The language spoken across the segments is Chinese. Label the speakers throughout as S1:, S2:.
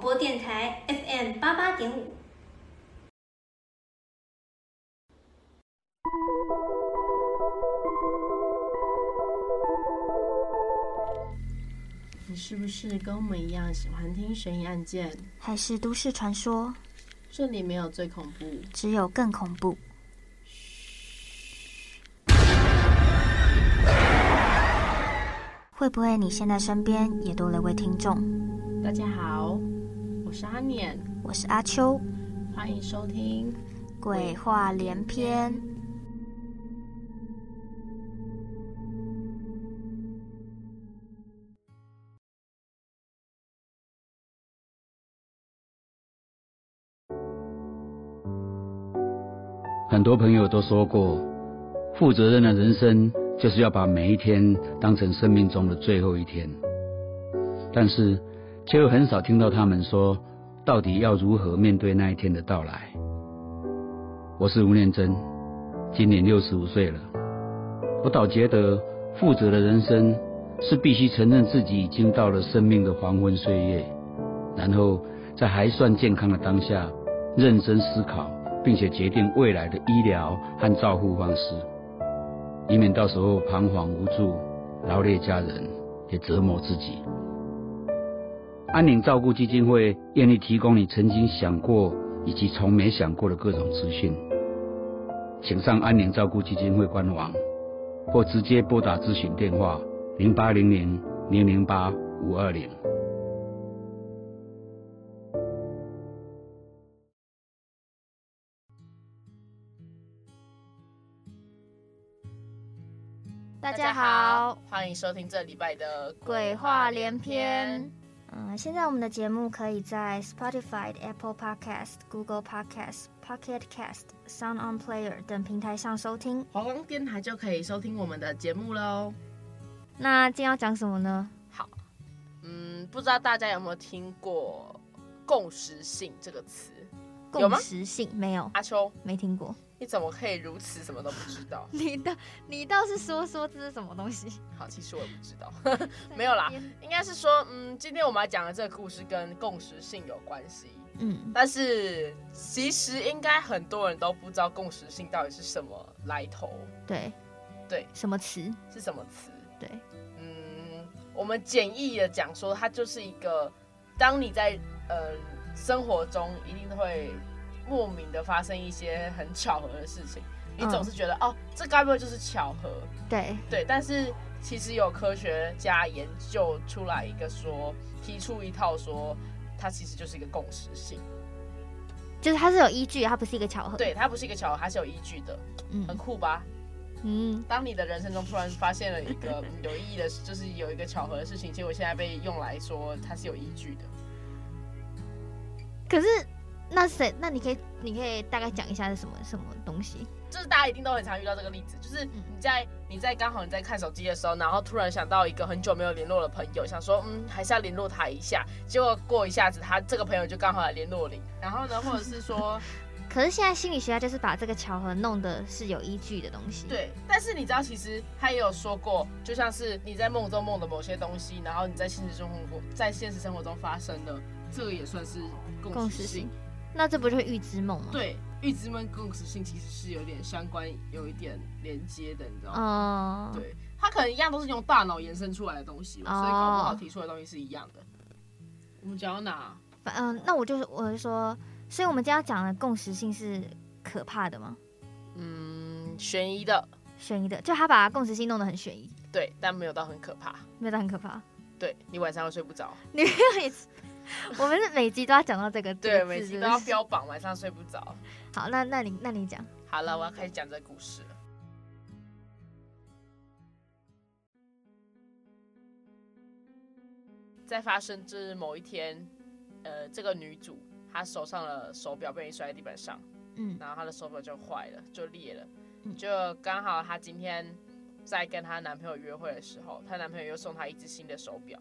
S1: 国电台 FM 八八点五。
S2: 你是不是跟我们一样喜欢听悬疑案件？
S3: 还是都市传说，
S2: 这里没有最恐怖，
S3: 只有更恐怖。会不会你现在身边也多了位听众？
S2: 大家好，我是阿念，
S3: 我是阿秋，
S2: 欢迎收听。
S3: 鬼话连篇。
S4: 很多朋友都说过，负责任的人生就是要把每一天当成生命中的最后一天，但是却又很少听到他们说，到底要如何面对那一天的到来。我是吴念真，今年六十五岁了，我倒觉得负责的人生是必须承认自己已经到了生命的黄昏岁月，然后在还算健康的当下，认真思考，并且决定未来的医疗和照护方式，以免到时候彷徨无助，劳累家人，也折磨自己。安宁照顾基金会愿意提供你曾经想过以及从没想过的各种资讯，请上安宁照顾基金会官网，或直接拨打咨询电话零八零零零零八五二零。
S3: 大家好，，
S5: 欢迎收听这礼拜的
S3: 鬼话连篇。。嗯、现在我们的节目可以在 Spotify、Apple Podcast、Google Podcast、Pocket Cast、Sound On Player 等平台上收听。
S5: 华光电台就可以收听我们的节目喽。
S3: 那今天要讲什么呢？
S5: 嗯，不知道大家有没有听过“共识性”这个词？有
S3: 共
S5: 吗
S3: 识性没有，
S5: 阿秋，
S3: 没听过。？
S5: 你怎么可以如此什么都不知道
S3: 你倒你倒是说说这是什么东西？
S5: 好，其实我也不知道， 没有啦，应该是说，嗯，今天我们要讲的这个故事跟共识性有关系，
S3: 嗯，
S5: 但是其实应该很多人都不知道共识性到底是什么来头，
S3: 对
S5: 对，
S3: 什么词？
S5: 是什么词。
S3: 对，
S5: 嗯，我们简易的讲说，它就是一个，当你在呃生活中一定会莫名的发生一些很巧合的事情，你
S3: 嗯
S5: 总是觉得、哦，这该不会就是巧合？
S3: 对，
S5: 对，但是其实有科学家研究出来一个说，提出一套说。它其实就是一个共识性，
S3: 就是它是有依据，它不是一个巧合。，
S5: 对，它不是一个巧合，它是有依据的，很
S3: 嗯
S5: 酷吧？
S3: 嗯，
S5: 当你的人生中突然发现了一个嗯有意义的事，就是有一个巧合的事情，结果现在被用来说它是有依据的。
S3: 可是那谁？那你可以你可以大概讲一下是什么什么东西？
S5: 就是大家一定都很常遇到这个例子，就是你在你在刚好你在看手机的时候，然后突然想到一个很久没有联络的朋友，想说嗯还是要联络他一下，结果过一下子他这个朋友就刚好来联络你，然后呢，或者是说
S3: 可是现在心理学家就是把这个巧合弄的是有依据的东西。，
S5: 对，但是你知道其实他也有说过，就像是你在梦中梦的某些东西，然后你在现实生活在现实生活中发生的，这个也算是
S3: 共
S5: 共
S3: 识
S5: 识性
S3: 性。。那这不就是预知梦吗？，
S5: 对，预知梦共识性其实是有点相关，有一点连接的，你知道吗？
S3: 哦、
S5: 对，它可能一样都是用大脑延伸出来的东西嘛，所以搞不
S3: 哦
S5: 好提出来的东西是一样的。我们讲到哪？啊
S3: 反嗯、那我就是我就说，所以我们今天要讲的共识性是可怕的吗？
S5: 嗯，悬疑的，
S3: 悬疑的，就他把共识性弄得很悬疑，
S5: 对，但没有到很可怕。
S3: 没有到很可怕。
S5: 对你晚上会睡不着，
S3: 你每次，我们是每集都要讲到这个字，
S5: 对，每次都要
S3: 是不是
S5: 标榜晚上睡不着。
S3: 好，那那你那你讲，
S5: 好了，我要开始讲这个故事了。在发生之某一天，呃，这个女主她手上的手表被人摔在地板上，
S3: 嗯
S5: 然后她的手表就坏了，就裂了
S3: 嗯。
S5: 就刚好她今天在跟她男朋友约会的时候，她男朋友又送她一只新的手表，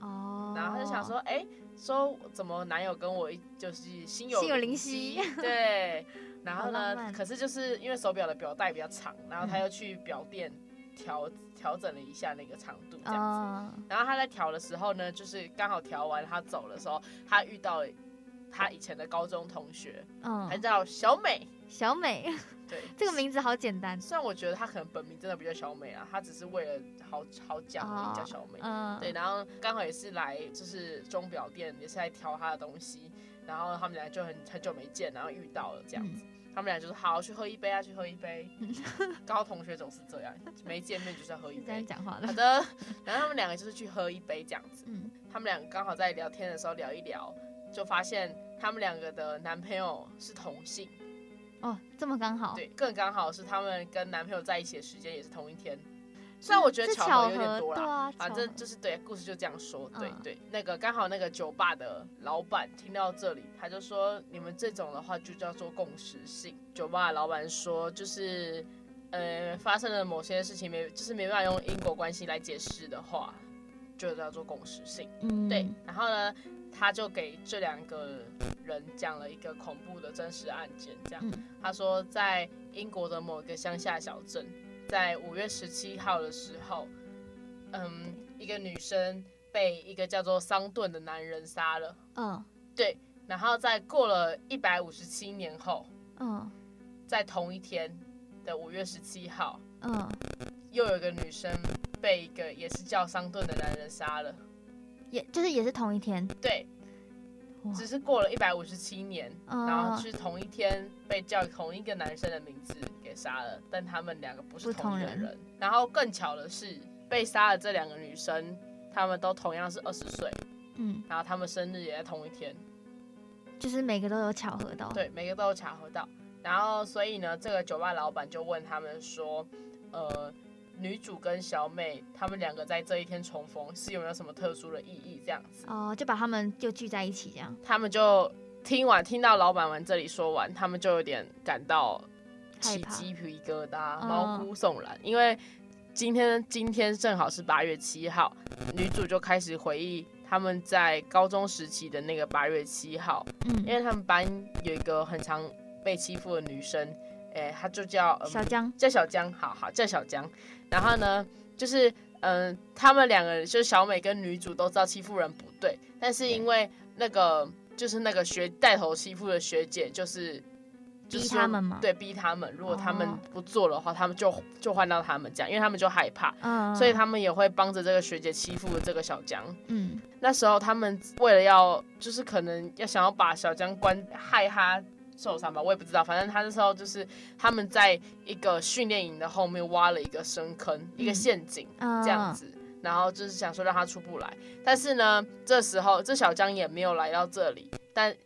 S3: 哦。
S5: 然后她就想说，，哎、说怎么男友跟我一就是心有
S3: 心有灵犀
S5: 灵 犀对。然后
S3: 好浪
S5: 呢
S3: 漫，嗯
S5: 可是就是因为手表的表带比较长，然后她又去表店调调整了一下那个长度这样子。
S3: 哦，
S5: 然后他在调的时候呢，就是刚好调完他走的时候，他遇到了他以前的高中同学，他
S3: 嗯，
S5: 叫小美。
S3: 小美，
S5: 对，
S3: 这个名字好简单，
S5: 虽然我觉得她可能本名真的不叫小美啊，她只是为了好好讲而已叫小美。
S3: 嗯，
S5: 对，，然后刚好也是来就是钟表店，也是来挑她的东西，然后他们俩就很很久没见，然后遇到了这样
S3: 嗯
S5: 子。他们俩就是好去喝一杯啊，去喝一杯。 高同学总是这样，没见面就是要 喝一
S3: 是嗯这样
S5: 杯。
S3: 讲话
S5: 好
S3: 的，
S5: 的，然后他们两个就是去喝一杯这样子。
S3: 嗯，
S5: 他们两个刚好在聊天的时候聊一聊，就发现他们两个的男朋友是同性。
S3: 哦，这么刚好，
S5: 对，更刚好是他们跟男朋友在一起的时间也是同一天。虽然我觉得
S3: 这
S5: 巧
S3: 嗯巧
S5: 合有点
S3: 合，
S5: 多
S3: 对
S5: 啦，
S3: 啊，
S5: 反
S3: 巧
S5: 正
S3: 合
S5: 就是对，故事就这样说。对、
S3: 嗯
S5: 对，那个刚好那个酒吧的老板听到这里，他就说：“你们这种的话就叫做共识性。”酒吧的老板说：“就是，呃，发生了某些事情没，就是没办法用因果关系来解释的话，就叫做共识性。”
S3: 嗯，
S5: 对，然后呢，他就给这两个人讲了一个恐怖的真实案件，这样，
S3: 嗯
S5: 他说在英国的某一个乡下小镇，在五月十七号的时候，嗯，一个女生被一个叫做桑顿的男人杀了，
S3: 嗯
S5: 对，然后在过了一百五十七年后，
S3: 嗯
S5: 在同一天的五月十七号，
S3: 嗯，
S5: 又有一个女生被一个也是叫桑顿的男人杀了，
S3: 也就是也是同一天，
S5: 对
S3: 哇，
S5: 只是过了一百五十七年，
S3: 嗯
S5: 然后是同一天被叫同一个男生的名字给杀了，但他们两个不是
S3: 不同
S5: 同一个
S3: 人
S5: 人。然后更巧的是，被杀的这两个女生，她们都同样是二十岁，
S3: 嗯，
S5: 然后她们生日也在同一天，
S3: 就是每个都有巧合的、哦，，
S5: 对，每个都有巧合到。然后所以呢，这个酒吧老板就问他们说，呃。女主跟小美，她们两个在这一天重逢，是有没有什么特殊的意义？这样子，
S3: 哦，就把他们就聚在一起这样，
S5: 他们就听完听到老板们这里说完，他们就有点感到
S3: 害
S5: 起
S3: 怕
S5: 鸡皮疙瘩、
S3: 嗯
S5: 毛骨悚然，因为今天今天正好是八月七号，女主就开始回忆他们在高中时期的那个八月七号，因
S3: 嗯，
S5: 为他们班有一个很常被欺负的女生，诶、她就叫、嗯
S3: 小江，
S5: 叫小江，好好叫小江。然后呢，就是嗯，他们两个人就是小美跟女主都知道欺负人不对，但是因为那个就是那个学带头欺负的学姐，就是就是
S3: 逼
S5: 说
S3: 他们吗
S5: 对，逼他们。如果他们
S3: 哦
S5: 不做的话，他们就就换到他们这样，因为他们就害怕，
S3: 嗯，
S5: 所以他们也会帮着这个学姐欺负这个小江。
S3: 嗯，
S5: 那时候他们为了要，就是可能要想要把小江关害他受伤吧，我也不知道。反正他那时候就是他们在一个训练营的后面挖了一个深坑，一个陷阱
S3: 嗯
S5: 这样，子，然后就是想说让他出不来。但是呢，这时候这小江也没有来到这里，但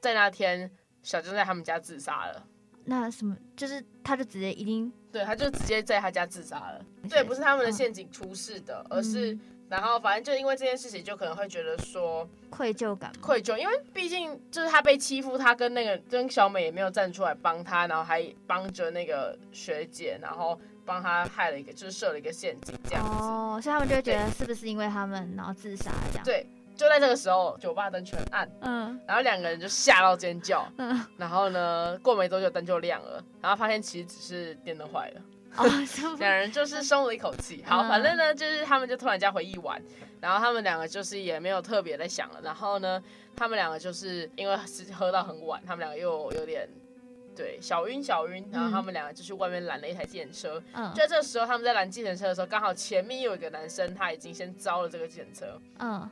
S5: 在那天小江在他们家自杀了。
S3: 那什么，就是他就直接已经，
S5: 对，他就直接在他家自杀了。
S3: 是
S5: 对，不是他们的
S3: 嗯
S5: 陷阱出事的，而是然后反正就因为这件事情，就可能会觉得说，
S3: 愧疚感嘛，
S5: 愧疚，因为毕竟就是他被欺负，他跟那个跟小美也没有站出来帮他，然后还帮着那个学姐，然后帮他害了一个，就是设了一个陷阱这样子。
S3: 哦，所以他们就会觉得是不是因为他们然后自杀这样，，
S5: 对，就在这个时候，酒吧灯全暗，
S3: 嗯
S5: 然后两个人就吓到尖叫。
S3: 嗯，
S5: 然后呢，过没多久灯就亮了，然后发现其实只是电灯坏了，
S3: 哦，是 不
S5: 两人就是松了一口气。好，
S3: 嗯
S5: 反正呢，就是他们就突然间回忆完，然后他们两个就是也没有特别在想了。然后呢，他们两个就是因为是喝到很晚，他们两个又有点对小晕小晕，然后他们两个就去外面拦了一台计程车。
S3: 嗯
S5: 就在这时候，他们在拦计程车的时候，刚好前面又有一个男生，他已经先招了这个计程车。
S3: 嗯，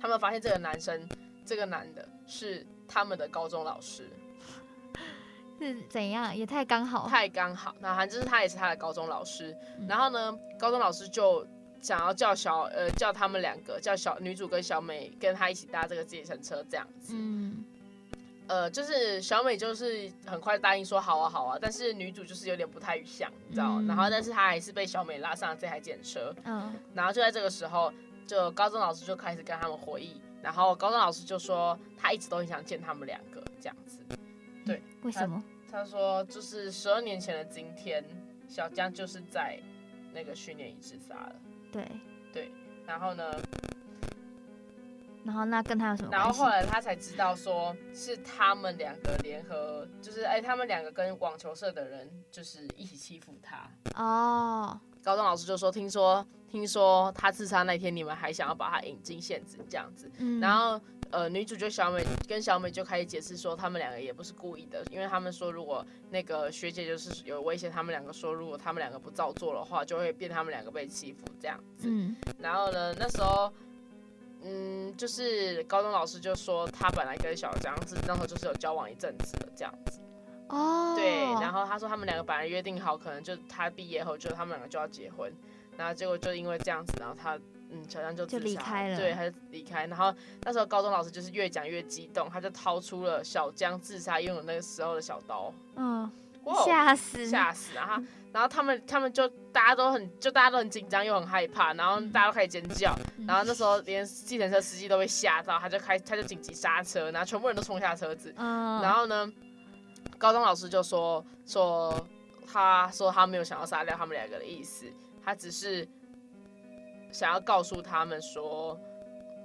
S5: 他们发现这个男生，这个男的是他们的高中老师，
S3: 是怎样，也太刚好，
S5: 太刚好。那反正就是他也是他的高中老师。
S3: 哦嗯
S5: 然后呢，高中老师就想要叫小呃叫他们两个叫小女主跟小美跟他一起搭这个计程车这样子。
S3: 嗯
S5: 呃，就是小美就是很快答应说好啊好啊，但是女主就是有点不太想，你知道吗？
S3: 嗯
S5: 然后但是她还是被小美拉上了这台检车，
S3: 嗯
S5: 然后就在这个时候，就高中老师就开始跟他们回忆，然后高中老师就说他一直都很想见他们两个这样子，呃
S3: 为什么？
S5: 他说就是十二年前的今天，小江就是在那个训练营自杀了，
S3: 对，
S5: 然后呢，
S3: 然后那跟他有什么
S5: 然后
S3: 关系
S5: 后？来他才知道说是他们两个联合，就是哎、他们两个跟网球社的人就是一起欺负他。
S3: 哦，
S5: 高中老师就说，听说听说他自杀那天，你们还想要把他引进现子这样子。
S3: 嗯，
S5: 然后呃，女主角小美跟小美就开始解释说，他们两个也不是故意的，因为他们说如果那个学姐就是有威胁他们两个说，如果他们两个不照做的话，就会变他们两个被欺负这样子。
S3: 嗯
S5: 然后呢，那时候，嗯，就是高中老师就说他本来跟小江是那时候就是有交往一阵子的这样子，
S3: 哦，
S5: 对。然后他说他们两个本来约定好，可能就他毕业后就他们两个就要结婚，然后结果就因为这样子，然后他。嗯，小江就
S3: 就
S5: 自
S3: 离
S5: 杀
S3: 开了
S5: 对，他就离开。然后那时候高中老师就是越讲越激动，他就掏出了小江自杀拥有那个时候的小刀，
S3: 嗯，
S5: 哇，哦
S3: 吓死，
S5: 吓死！然 后，然后他们他们就大家都很就大家都很紧张又很害怕，然
S3: 嗯
S5: 后大家都开始尖叫，然后那时候连计程车司机都被吓到，他就开他就紧急刹车，然后全部人都冲下车子。
S3: 嗯，
S5: 然后呢，高中老师就说说他说他没有想要杀掉他们两个的意思，他只是想要告诉他们说。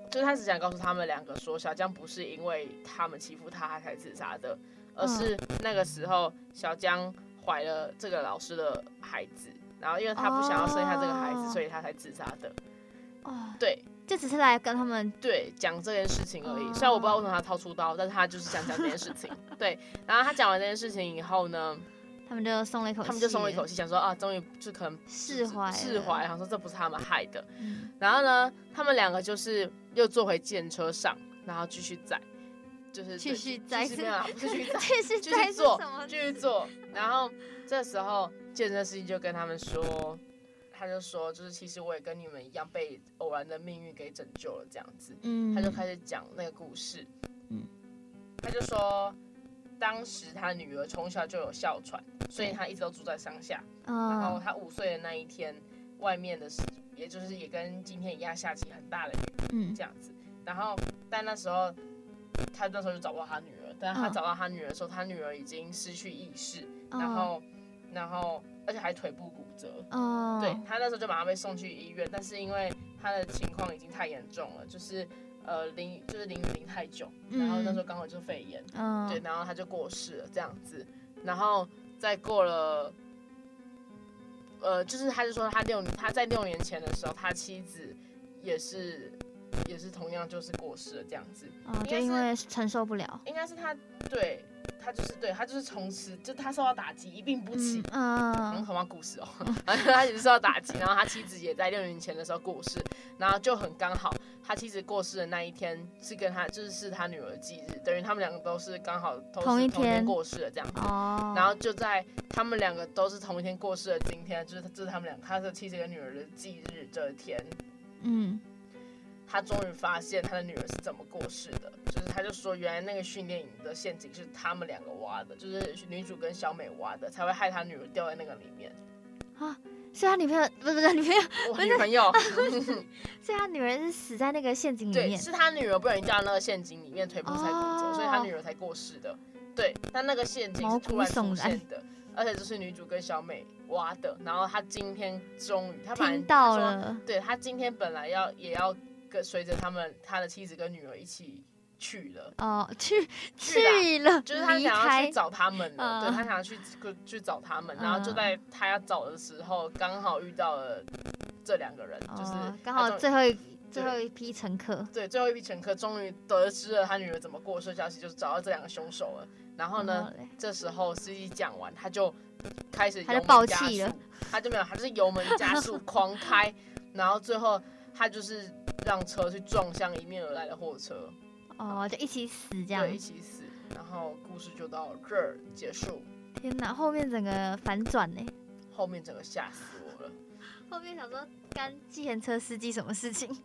S5: 就是他只想告诉他们两个说，小江不是因为他们欺负他他才自杀的，
S3: 嗯
S5: 而是那个时候小江怀了这个老师的孩子，然后因为他不想要生下这个孩子，
S3: 哦
S5: 所以他才自杀的。
S3: 哦，
S5: 对，
S3: 就只是来跟他们，
S5: 对，讲这件事情而已。
S3: 哦
S5: 虽然我不知道为什么他掏出刀，但是他就是想讲这件事情。对，然后他讲完这件事情以后呢，
S3: 他们就松了一口气，
S5: 他们就松了一口气，想说啊，终于就可能
S3: 释怀了
S5: 释怀，想说这不是他们害的。
S3: 嗯，
S5: 然后呢，他们两个就是又坐回电车上，然后继续载，就是
S3: 继续载
S5: 继续没有啊不是继续载，
S3: 这是
S5: 继
S3: 在
S5: 续
S3: 是
S5: 做
S3: 什么，
S5: 继续做。然后这时候健身司机就跟他们说，他就说，就是其实我也跟你们一样被偶然的命运给拯救了，这样子。
S3: 嗯，
S5: 他就开始讲那个故事，
S3: 嗯
S5: 他就说，当时他女儿从小就有哮喘，所以他一直都住在乡下。然后
S3: 嗯，
S5: 他五岁的那一天，外面的，也就是也跟今天一样下起很大的雨
S3: 嗯
S5: 这样子。然后，但那时候他那时候就找不到他女儿，但他
S3: 嗯
S5: 找到他女儿的时候，他女儿已经失去意识，然
S3: 哦
S5: 后，然后而且还腿部骨折。
S3: 嗯，
S5: 对他那时候就马上被送去医院，但是因为他的情况已经太严重了，就是呃淋就是淋雨淋太久，然后那时候刚好就肺炎，
S3: 嗯，
S5: 对，然后他就过世了这样子，然后再过了。呃，就是他就说他六他在六年前的时候，他妻子也是也是同样就是过世了这样子，
S3: 哦，
S5: 应该
S3: 就是因为承受不了，
S5: 应该是他对他就是对他就是从此就他受到打击一病不起，很
S3: 嗯，
S5: 可怕故事哦。 反正他也是受到打击，然后他妻子也在六年前的时候过世，然后就很刚好，他妻子过世的那一天是跟他就是是他女儿的忌日，等于他们两个都是刚好都是
S3: 同一
S5: 同一
S3: 天
S5: 天过世的这样子。
S3: 哦，
S5: 然后就在他们两个都是同一天过世的今天，就是就是他们两他的妻子跟女儿的忌日这天，
S3: 嗯，
S5: 他终于发现他的女儿是怎么过世的，就是他就说原来那个训练营的陷阱是他们两个挖的，就是女主跟小美挖的，才会害他女儿掉在那个里面。
S3: 所以他女朋友不是不是女朋友，
S5: 我女朋 友，嗯
S3: 所以他女儿是死在那个陷阱里
S5: 对，
S3: 面，
S5: 是他女儿不小心掉到那个陷阱里面，腿部才骨折，
S3: 哦
S5: 所以他女儿才过世的。对，但那个陷阱
S3: 毛
S5: 是
S3: 骨
S5: 突然出
S3: 悚然
S5: 现的，而且就是女主跟小美挖的。然后她今天终于，她本来
S3: 听到，
S5: 她说
S3: 了，
S5: 对她今天本来要也要跟随着他们她的妻子跟女儿一起去了。
S3: 哦，去
S5: 去啦
S3: 去了，
S5: 就是她
S3: 离
S5: 想要
S3: 开
S5: 去，找他们了，
S3: 嗯
S5: 对她想要去去去找他们，然后就
S3: 嗯
S5: 在她要找的时候，刚好遇到了这两个人，就是
S3: 哦，
S5: 她
S3: 刚好
S5: 终于
S3: 最后一最后一批乘客，
S5: 对，最后一批乘客终于得知了他女儿怎么过世的消息，就是找到这两个凶手了。然后呢，
S3: 嘞，
S5: 这时时候司机讲完，他就开始
S3: 嗯他
S5: 油
S3: 就
S5: 门
S3: 爆
S5: 加
S3: 气
S5: 速
S3: 了，
S5: 他就没有，他就是油门加 速狂开，然后最后他就是让车去撞向迎面而来的货车，
S3: 哦，就一起死这样
S5: 对，，一起死。然后故事就到这儿结束，
S3: 天哪，后面整个反转呢，
S5: 后面整个吓死我了。
S3: 后面想说干计程车司机什么事情？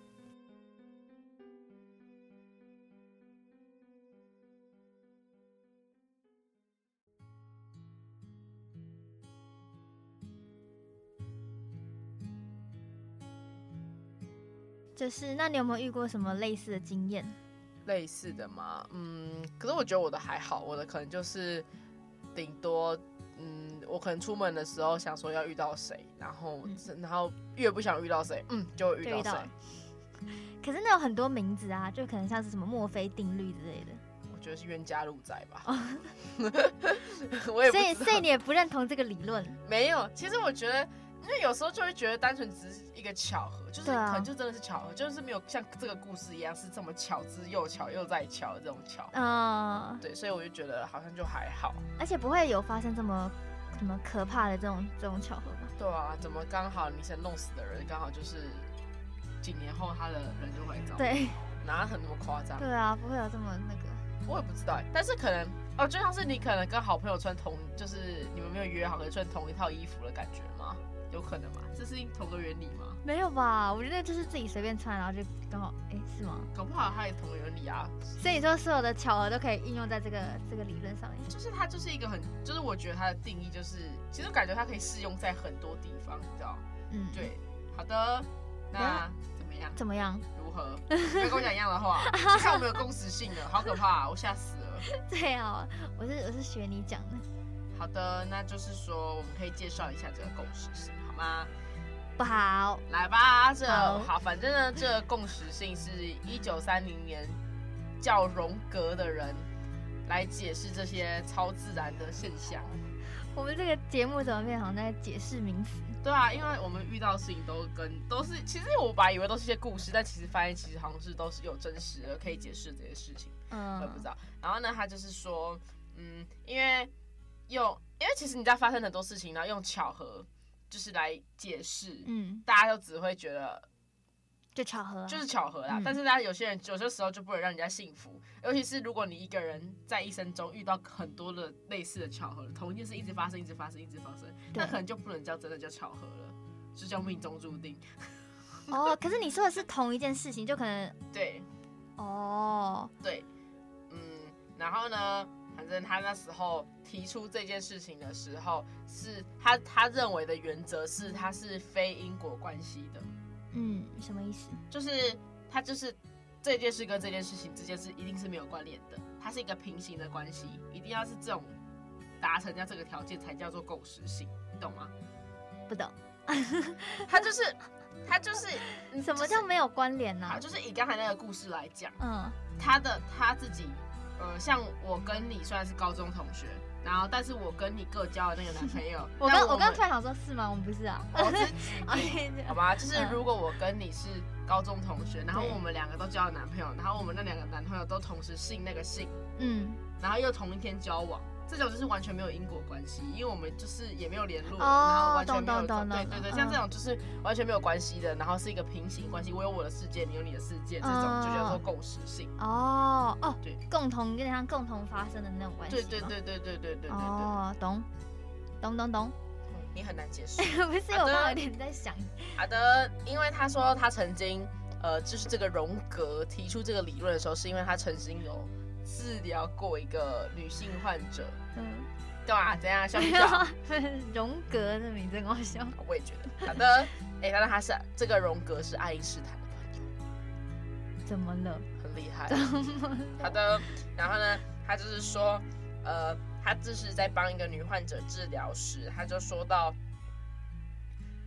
S3: 就是，那你有没有遇过什么类似的经验？
S5: 类似的嘛，嗯，可是我觉得我的还好，我的可能就是顶多，嗯，我可能出门的时候想说要遇到谁，然后、
S3: 嗯
S5: 然后越不想遇到谁，嗯，就会遇
S3: 就遇
S5: 到
S3: 到
S5: 谁
S3: 了，可是那有很多名字啊，就可能像是什么墨菲定律之类的。
S5: 我觉得是冤家路窄吧。 我也不
S3: 哦所以，
S5: 知道
S3: 所以你也不认同这个理论，
S5: 没有。其实我觉得，因为有时候就会觉得单纯只是一个巧合，就是
S3: 对啊
S5: 可能就真的是巧合，就是没有像这个故事一样是这么巧之又巧又再巧的这种巧。
S3: 嗯、
S5: 对，所以我就觉得好像就还好。
S3: 而且不会有发生这么什么可怕的这种这种巧合吧？
S5: 对啊，怎么刚好你想弄死的人，刚好就是几年后他的人就回来找你，
S3: 对
S5: 哪很那么夸张？
S3: 对啊，不会有这么那个，
S5: 我也不知道欸，但是可能哦，就像是你可能跟好朋友穿同，就是你们没有约好，可是穿同一套衣服的感觉吗？有可能吗？这是同个原理啊吗？
S3: 没有吧？我觉得就是自己随便穿，然后就刚好，哎、是吗？
S5: 搞不好它也同个原理啊，
S3: 所以你说所有的巧合都可以应用在这个这个理论上面。
S5: 就是它就是一个很，就是我觉得它的定义就是，其实我感觉它可以适用在很多地方，你知道？
S3: 嗯，，
S5: 对，好的，那
S3: 呀
S5: 怎么样？
S3: 怎么样？
S5: 如何？不要跟我讲一样的话，你看我们有共识性了，好可怕、啊，我吓死了。
S3: 对啊，我是我是学你讲的，
S5: 好的，那就是说我们可以介绍一下这个共识性，好吗？
S3: 不好。
S5: 来吧，这
S3: 好
S5: 好，反正呢，这个共识性是一九三零年叫荣格的人来解释这些超自然的现象。
S3: 我们这个节目怎么变好像在解释名词？
S5: 对啊，因为我们遇到的事情都跟都是，其实我本来以为都是一些故事，但其实发现其实好像是都是有真实的可以解释这些事情，我也不
S3: 嗯
S5: 知，道。然后呢，他就是说，嗯，因为用，因为其实你在发生很多事情，然后用巧合就是来解释，
S3: 嗯，
S5: 大家都只会觉得
S3: 就巧合、啊，
S5: 就是巧合啦。
S3: 嗯
S5: 但是呢，有些人有些时候就不能让人家幸福，尤其是如果你一个人在一生中遇到很多的类似的巧合，同一件事一直发生，一直发生，一直发生，
S3: 对
S5: 那可能就不能叫真的叫巧合了，就叫命中注定。
S3: 哦。可是你说的是同一件事情，就可能
S5: 对
S3: 哦，
S5: 对，嗯，然后呢？反正他那时候提出这件事情的时候，是他他认为的原则是他是非因果关系的，
S3: 嗯，什么意思？
S5: 就是他就是这件事跟这件事情之间是一定是没有关联的，它是一个平行的关系，一定要是这种达成要这个条件才叫做共识性，你懂吗？
S3: 不懂，
S5: 他就是他就是嗯
S3: 什么
S5: 就
S3: 叫
S5: 是
S3: 没有关联呢、
S5: 好，就是以刚才那个故事来讲，
S3: 嗯，
S5: 他的他自己，呃，像我跟你虽然是高中同学，然后但是我跟你各交的那个男朋友
S3: 我
S5: 但
S3: 刚我刚
S5: 们
S3: 突然想说，是吗？我们不是啊。
S5: 我 只是举例
S3: OK，这 样
S5: 好吧，就是
S3: 嗯
S5: 如果我跟你是高中同学，然后
S3: 对
S5: 我们两个都交了男朋友，然后我们那两个男朋友都同时姓那个姓，
S3: 嗯，
S5: 然后又同一天交往，这种就是完全没有因果关系，因为我们就是也没有联络，
S3: 哦
S5: 然后完全没有
S3: 懂懂懂
S5: 对
S3: 懂
S5: 对对，
S3: 嗯
S5: 像这种就是完全没有关系的，然后是一个平行关系，我有我的世界，你有你的世界，这种
S3: 嗯
S5: 就叫做共识性。
S3: 哦哦
S5: 对，
S3: 共同有点像共同发生的那种关系。
S5: 对对。对对对对对对对，
S3: 哦，懂，懂懂懂。
S5: 你很难解释。
S3: 不是，
S5: 好
S3: 我
S5: 的
S3: 刚刚有点在想，
S5: 好的，因为他说他曾经，呃，就是这个荣格提出这个理论的时候，是因为他曾经有治疗过一个女性患者，
S3: 嗯，
S5: 哎对啊吧、怎样？ 笑不笑？
S3: 荣格的名字很好笑。
S5: 我也觉得。好的，哎、但是他是这个荣格是爱因斯坦的朋友，
S3: 怎么了？
S5: 很厉害。 好的，然后呢，他就是说，呃，他就是在帮一个女患者治疗时，他就说到，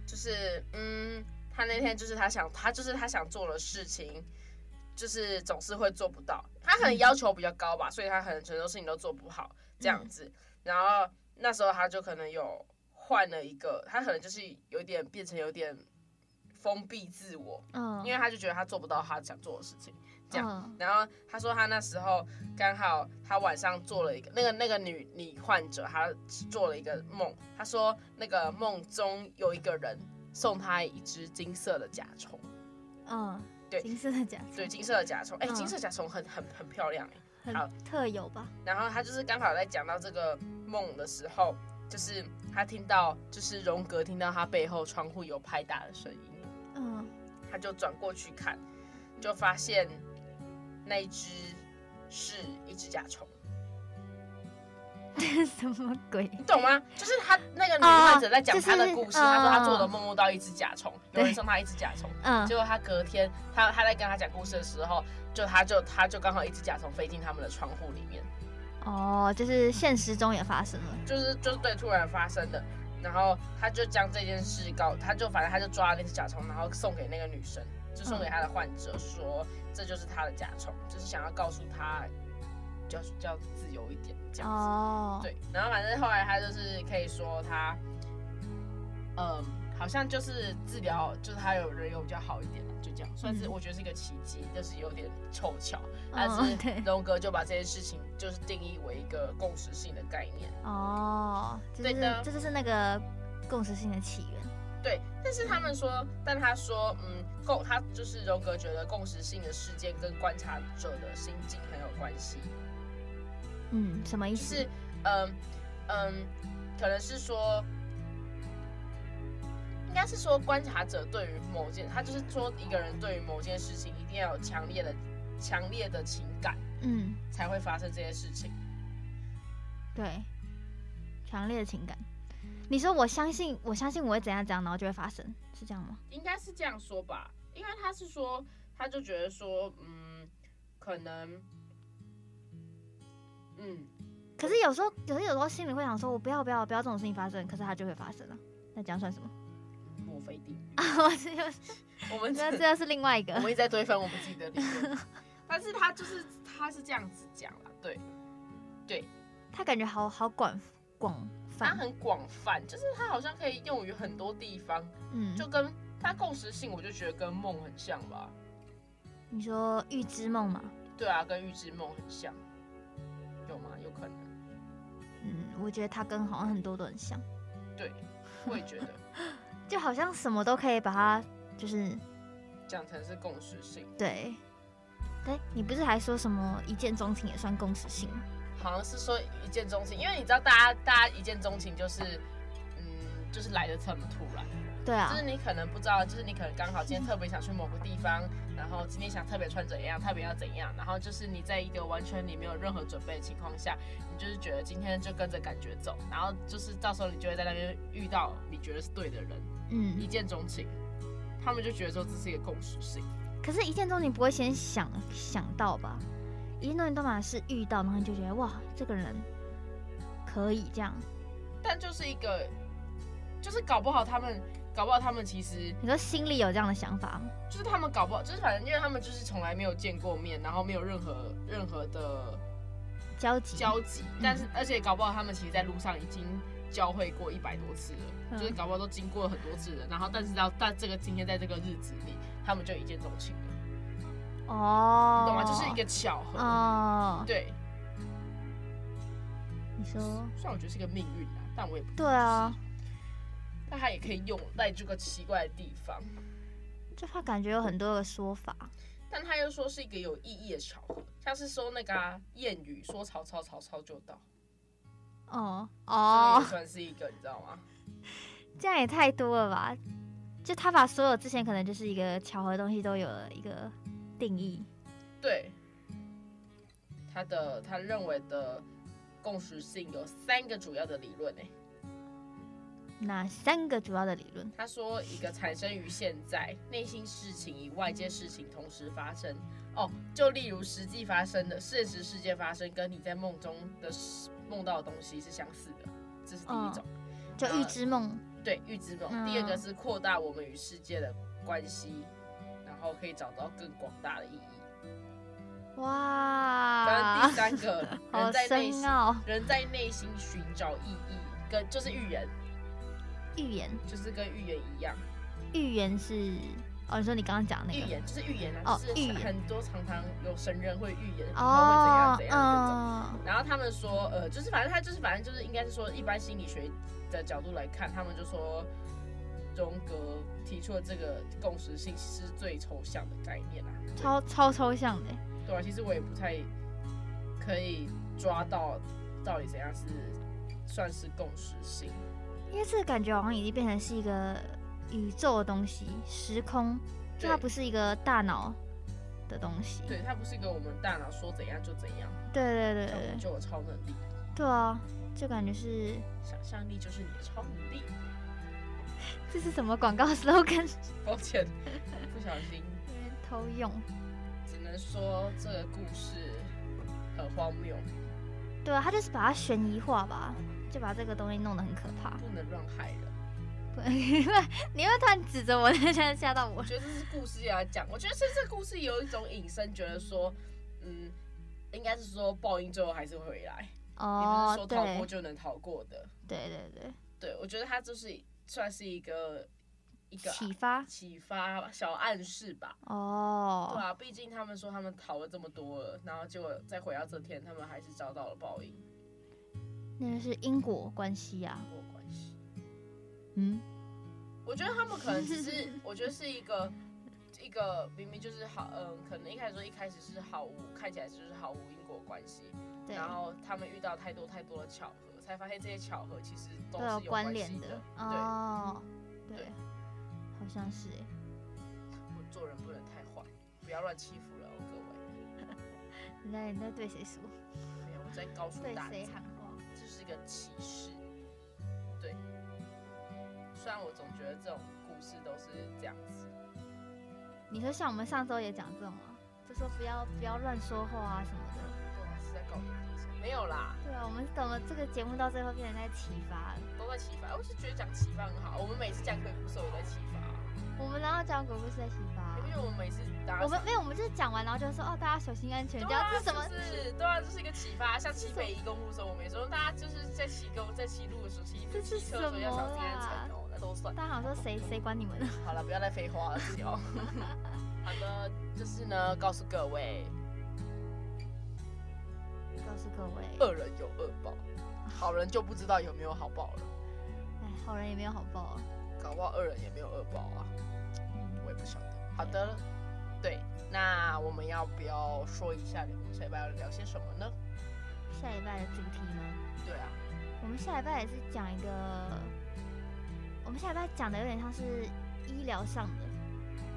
S5: 就是嗯，他那天就是他想，他就是他想做的事情，就是总是会做不到。他可能要求比较高吧，所以他可能很多事情都做不好这样子。然后那时候他就可能有换了一个，他可能就是有点变成有点封闭自我，
S3: 嗯，
S5: 因为他就觉得他做不到他想做的事情。这样
S3: 样，
S5: 然后他说他那时候刚好他晚上做了一个那个那个女女患者，她做了一个梦，他说那个梦中有一个人送她一只金色的甲虫，
S3: 嗯，
S5: 对
S3: 金色的甲虫，
S5: 对，金色的甲虫，哎、
S3: 嗯
S5: 金色甲虫很很很漂亮、哎好
S3: 很特有吧？
S5: 然后他就是刚好在讲到这个梦的时候，就是他听到就是荣格听到他背后窗户有拍打的声音，
S3: 嗯，
S5: 他就转过去看，就发现那一只是一只甲虫。
S3: 什么鬼？
S5: 你懂吗？就是他那个女患者在讲
S3: 哦
S5: 她的
S3: 就是
S5: 故事，她说她做的
S3: 嗯
S5: 梦梦到一只甲虫，有人
S3: 对
S5: 送她一只甲虫，
S3: 嗯
S5: 结果她隔天，她她在跟她讲故事的时候，就她就她就刚好一只甲虫飞进他们的窗户里面，
S3: 哦，就是现实中也发生了。
S5: 就是就是对突然发生的，然后她就将这件事告，她就反正她就抓了那只甲虫，然后送给那个女生，就送给他的患者说，这就是他的甲虫，就是想要告诉他，叫叫自由一点这样子。
S3: 哦，
S5: 对，然后反正后来他就是可以说他，嗯，好像就是治疗，就是他有人有比较好一点了，就这样，算是、
S3: 嗯
S5: 我觉得是一个奇迹，就是有点凑巧，但
S3: 嗯
S5: 是
S3: 对
S5: 龙哥就把这件事情就是定义为一个共识性的概念。
S3: 哦，这
S5: 对
S3: 就是
S5: 的
S3: 这就是那个共识性的起源。
S5: 对，但是他们说，但他说，嗯，共他就是荣格觉得共识性的事件跟观察者的心境很有关系，
S3: 嗯，什么意
S5: 就
S3: 思？
S5: 是，嗯嗯，可能是说，应该是说观察者对于某件，他就是说一个人对于某件事情一定要有强烈的、强烈的情感
S3: 嗯，
S5: 才会发生这件事情。
S3: 对，强烈的情感。你说我相信，我相信我会怎样怎样，然后就会发生，是这样吗？
S5: 应该是这样说吧，因为他是说，他就觉得说，嗯，可能，嗯，
S3: 可是有时候，可是有时候心里会想说，我不要不要不要这种事情发生，可是它就会发生了、啊那这样算什么？
S5: 墨菲定律。
S3: 啊，我这个
S5: 我们
S3: 这
S5: 这
S3: 这是另外一
S5: 我们
S3: 个
S5: 一直在推翻我们自己的理论， 但是他就是他是这样子讲啦，对，
S3: 他感觉好好广广
S5: 他
S3: 泛，
S5: 很广泛，就是他好像可以用于很多地方，
S3: 嗯，
S5: 就跟他共识性，我就觉得跟梦很像吧，
S3: 你说预知梦嘛，
S5: 对啊，跟预知梦很像，有吗？有可能，
S3: 嗯，我觉得它跟好像很多都很像，
S5: 对，我也觉得
S3: 就好像什么都可以把它就是
S5: 讲成是共识性，
S3: 对，哎，你不是还说什么一见钟情也算共识性吗？
S5: 好像是说一见钟情，因为你知道大家大家一见钟情就是，嗯，就是来的这么突然。
S3: 对啊
S5: 就，是你可能不知道，就是你可能刚好今天特别想去某个地方，然后今天想特别穿怎样，特别要怎样，然后就是你在一个完全你没有任何准备的情况下，你就是觉得今天就跟着感觉走，然后就是到时候你就会在那边遇到你觉得是对的人，一
S3: 嗯，
S5: 见钟情，他们就觉得说这是一个共识性，
S3: 可是，一见钟情不会先想想到吧？一见钟情都嘛是遇到，然后你就觉得哇，这个人可以这样。
S5: 但就是一个，就是搞不好他们，搞不好他们其实
S3: 你说心里有这样的想法吗？
S5: 就是他们搞不好，就是反正因为他们就是从来没有见过面，然后没有任何任何的
S3: 交集，
S5: 交集，
S3: 嗯
S5: 但是而且搞不好他们其实在路上已经交汇过一百多次了，
S3: 嗯
S5: 就是搞不好都经过了很多次了，然后但是到但这个今天在这个日子里，他们就一见钟情了，
S3: 哦
S5: 你，懂吗？就是一个巧合，
S3: 哦，
S5: 对，
S3: 你说
S5: 虽然我觉得是个命运啊，但我也不
S3: 对啊，
S5: 但它也可以用在这个奇怪的地方，
S3: 就他感觉有很多的说法，
S5: 但他又说是一个有意义的巧合，像是说那个啊、谚语说曹操曹操就到，
S3: 哦
S5: 这个
S3: 哦
S5: 也，算是一个，你知道吗？
S3: 这样也太多了吧？就他把所有之前可能就是一个巧合的东西都有了一个定义，
S5: 对，他的他认为的共识性有三个主要的理论诶。欸
S3: 哪三个主要的理论？
S5: 他说一个产生于现在，内心事情与外界事情同时发生。哦，就例如实际发生的现实世界发生，跟你在梦中的梦到的东西是相似的，这是第一种。
S3: 就预知梦，
S5: 对，预知梦。
S3: 嗯
S5: 第二个是扩大我们与世界的关系，然后可以找到更广大的意义。然后
S3: 哇
S5: 第，三个，
S3: 啊 好
S5: 人在内
S3: 深
S5: 心
S3: 奥，
S5: 人在内心寻找意义，跟就是预言，
S3: 预言，
S5: 就是跟预言一样，
S3: 预言是哦，你说你刚刚讲那
S5: 预
S3: 个，
S5: 言就是预言啊，
S3: 哦
S5: 就
S3: 预
S5: 是
S3: 言
S5: 很多常常有神人会预言，然后会怎样
S3: 哦，
S5: 怎样这种。
S3: 嗯，
S5: 然后他们说，呃，就是反正他就是反正就是应该是说，一般心理学的角度来看，他们就说，荣格提出的这个共识性是最抽象的概念啊。
S3: 超超抽象的，
S5: 对啊，其实我也不太可以抓到到底怎样是算是共识性。
S3: 因为这个感觉好像已经变成是一个宇宙的东西，时空，就它
S5: 对
S3: 不是一个大脑的东西，
S5: 对，它不是一个我们大脑说怎样就怎样，
S3: 对对对
S5: 像我
S3: 对对，
S5: 就有超能力，
S3: 对啊，就感觉是
S5: 想象力就是你的超能力。
S3: 这是什么广告 slogan？
S5: 抱歉，不小心，
S3: 有点偷用，
S5: 只能说这个故事很荒谬，
S3: 对啊，他就是把它悬疑化吧，就把这个东西弄得很可怕，
S5: 不能乱害人。
S3: 你会突然指着我， 现在吓到我
S5: 我。觉得这是故事要讲，我觉得是这故事有一种隐身，觉得说，嗯，应该是说报应最后还是会回来，
S3: 哦
S5: 你不是，说
S3: 对
S5: 逃过就能逃过的。
S3: 对对对，
S5: 对，我觉得它就是算是一个一个啊
S3: 启发
S5: 启发吧小暗示吧。对
S3: 哦，
S5: 啊，毕竟他们说他们逃了这么多了，然后结果再回到这天，他们还是遭到了报应，
S3: 那个是因果关系啊。
S5: 没有关系。
S2: 嗯，
S5: 我觉得他们可能只 是，我觉得是一个一个明明就是好，嗯，可能一开始说一开始是毫无，看起来就是毫无因果关系，
S3: 嗯对，
S5: 然后他们遇到太多太多的巧合，才发现这些巧合其实都
S3: 都有
S5: 是有关
S3: 关
S5: 系
S3: 联
S5: 的。对，
S3: 哦，对
S5: 对，
S3: 好像是耶
S5: 我做人不能太坏，不要乱欺负人哦，各
S3: 你在你在对谁说？
S5: 位。没有，我在告诉
S3: 对
S5: 大
S3: 谁
S5: 家
S3: 喊，话？
S5: 这是一个启示。对，虽然我总觉得这种故事都是这样子，
S3: 你说像我们上周也讲这种啊，就说不要不要乱说话啊什么的。
S5: 但我还是在告诉大家，没有啦。
S3: 对啊，我们怎么这个节目到最后变成在启发了？
S5: 都在启发，我是觉得讲启发很好。我们每次讲鬼故事，我在启发，
S3: 我们然后讲鬼故事在启发啊、
S5: 因为我们每次大家
S3: 我们没有，我们就是讲完然后就说哦，大家小心安全，
S5: 对
S3: 这样
S5: 啊，
S3: 这是什么？
S5: 就是对啊，这是一个启发。像骑北移公路的时候，我们也说大家就是在骑公在骑路的时候，骑
S3: 这是
S5: 骑车的时候要小心
S3: 什么啊
S5: 安
S3: 啦
S5: 全哦，那都算。
S3: 大家好像说谁谁管你们呢？
S5: 好了，不要再废话了，自 己哦。好的，就是呢，告诉各位，
S3: 告诉各位，
S5: 恶人有恶报，好人就不知道有没有好报了，
S3: 哎，好人也没有好报啊。嗯
S5: 搞不好恶人也没有恶报啊，我也不晓得。好的，对，那我们要不要说一下，我们下礼拜要聊些什么呢？
S3: 下礼拜的主题呢？
S5: 对啊，
S3: 我们下礼拜也是讲一个，我们下礼拜讲的有点像是医疗上的，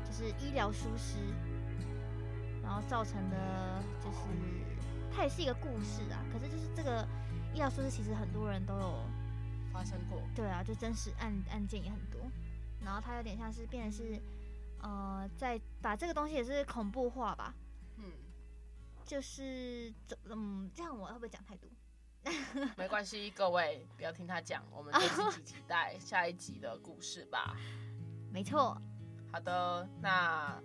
S3: 就是医疗疏失，然后造成的，就是它也是一个故事啊。可是就是这个医疗疏失，其实很多人都有
S5: 发生过，
S3: 对啊，就真实案案件也很多，然后它有点像是变成是，呃，在把这个东西也是恐怖化吧，
S5: 嗯，
S3: 就是怎嗯，这样我会不会讲太多？
S5: 没关系，各位不要听他讲，我们就自己期待下一集的故事吧。
S3: 没错，
S5: 好的，那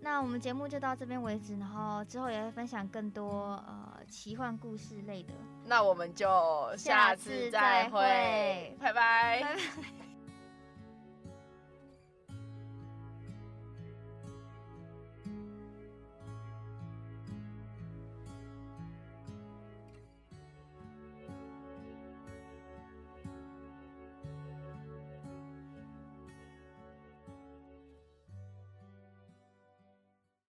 S3: 那我们节目就到这边为止，然后之后也会分享更多呃奇幻故事类的，
S5: 那我们就下次再
S3: 下次再会
S5: 会，拜拜。
S3: 拜拜。